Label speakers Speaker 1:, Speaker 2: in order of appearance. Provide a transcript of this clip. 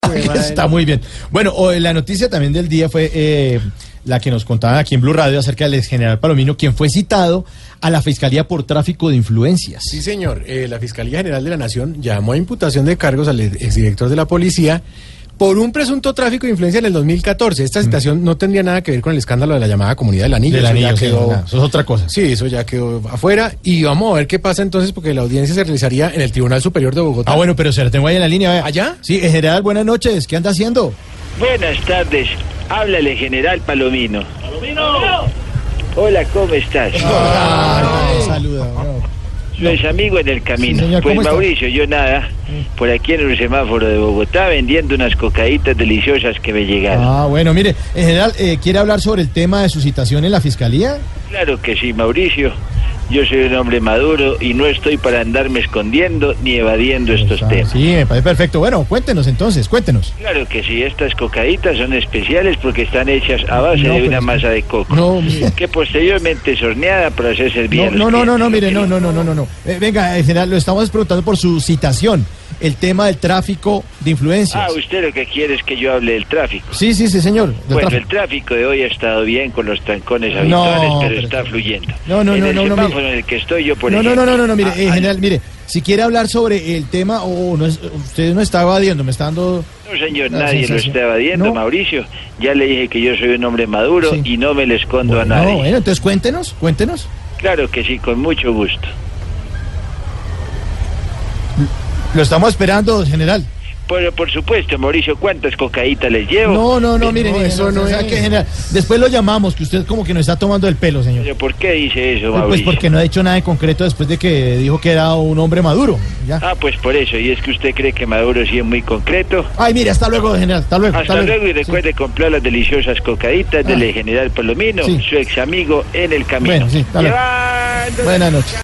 Speaker 1: Ay, está muy bien. Bueno, o- eh, la noticia también del día fue eh, la que nos contaban aquí en Blue Radio acerca del ex general Palomino, quien fue citado a la fiscalía por tráfico de influencias.
Speaker 2: Sí, señor. Eh, la Fiscalía General de la Nación llamó a imputación de cargos al exdirector de la policía por un presunto tráfico de influencia en el 2014. Esta citación no tendría nada que ver con el escándalo de la llamada comunidad del anillo.
Speaker 1: Mm. Del
Speaker 2: Eso ya
Speaker 1: anillo, sí,
Speaker 2: quedó-
Speaker 1: no, eso es otra cosa.
Speaker 2: Sí, eso ya quedó afuera. Y vamos a ver qué pasa entonces, porque la audiencia se realizaría en el Tribunal Superior de Bogotá.
Speaker 1: Ah, bueno, pero se la tengo ahí en la línea. vea.
Speaker 2: ¿Allá?
Speaker 1: Sí, eh, general, buenas noches. ¿Qué anda haciendo?
Speaker 3: Buenas tardes, háblale general Palomino. ¡Palomino! Hola, ¿cómo estás?
Speaker 1: Ay, saluda. bravo.
Speaker 3: Los amigos en el camino.
Speaker 1: Sí, señor,
Speaker 3: pues
Speaker 1: ¿cómo está? Mm.
Speaker 3: Mauricio, yo nada, por aquí en el semáforo de Bogotá vendiendo unas cocaditas deliciosas que me llegaron.
Speaker 1: Ah, bueno, mire, eh, general, eh, ¿quiere hablar sobre el tema de su citación en la fiscalía?
Speaker 3: Claro que sí, Mauricio. Yo soy un hombre maduro y no estoy para andarme escondiendo ni evadiendo estos
Speaker 1: Ah,
Speaker 3: temas.
Speaker 1: Sí, me parece perfecto. Bueno, cuéntenos entonces, cuéntenos.
Speaker 3: Claro que sí, estas cocaditas son especiales porque están hechas a base
Speaker 1: No,
Speaker 3: de
Speaker 1: pero
Speaker 3: una
Speaker 1: es que-
Speaker 3: masa de coco.
Speaker 1: No, mire.
Speaker 3: Que posteriormente es horneada para hacer servir a
Speaker 1: No,
Speaker 3: los
Speaker 1: no, no, no, no,
Speaker 3: clientes.
Speaker 1: mire, no, no, no, no, no, no. Eh, venga, eh, general, lo estamos preguntando por su citación, el tema del tráfico de influencias.
Speaker 3: Ah, usted lo que quiere es que yo hable del tráfico.
Speaker 1: Sí, sí, sí, señor. del
Speaker 3: Bueno,
Speaker 1: tráfico.
Speaker 3: el tráfico de hoy ha estado bien con los trancones
Speaker 1: No,
Speaker 3: habituales, pero,
Speaker 1: pero-
Speaker 3: está fluyendo.
Speaker 1: No, no,
Speaker 3: en
Speaker 1: no,
Speaker 3: el
Speaker 1: no, no,
Speaker 3: semáforo
Speaker 1: mire.
Speaker 3: en el que estoy yo, por
Speaker 1: No, no,
Speaker 3: ejemplo.
Speaker 1: no, no, no, no, mire,
Speaker 3: Ah,
Speaker 1: eh,
Speaker 3: ah,
Speaker 1: general, mire, si quiere hablar sobre el tema o no es- usted no está evadiendo, me está dando...
Speaker 3: No, señor,
Speaker 1: No,
Speaker 3: nadie
Speaker 1: Ah, sí, sí,
Speaker 3: lo
Speaker 1: sí.
Speaker 3: está evadiendo,
Speaker 1: No.
Speaker 3: Mauricio. Ya le dije que yo soy un hombre maduro
Speaker 1: Sí.
Speaker 3: y no me le escondo a
Speaker 1: no,
Speaker 3: nadie.
Speaker 1: bueno, eh. entonces cuéntenos, cuéntenos.
Speaker 3: Claro que sí, con mucho gusto.
Speaker 1: Lo estamos esperando, general.
Speaker 3: Pero por supuesto, Mauricio, ¿cuántas cocaditas les llevo?
Speaker 1: No, no,
Speaker 3: eh,
Speaker 1: no, mire,
Speaker 2: no,
Speaker 1: mire,
Speaker 2: eso no
Speaker 1: o sea,
Speaker 2: es.
Speaker 1: que, general, después lo llamamos, que usted como que nos está tomando el pelo, señor.
Speaker 3: ¿Pero por qué dice eso,
Speaker 1: Pues
Speaker 3: Mauricio?
Speaker 1: porque no ha hecho nada en concreto después de que dijo que era un hombre maduro, ya.
Speaker 3: Ah, pues por eso. Y es que usted cree que Maduro sí es muy concreto.
Speaker 1: Ay, mire, hasta luego, general. Hasta luego.
Speaker 3: Hasta luego y
Speaker 1: Sí. Ah.
Speaker 3: recuerde comprar las deliciosas cocaditas del general Palomino,
Speaker 1: Sí.
Speaker 3: su ex amigo en el camino.
Speaker 1: Bueno, sí, hasta luego.
Speaker 3: Llevándose-
Speaker 1: Buenas noches.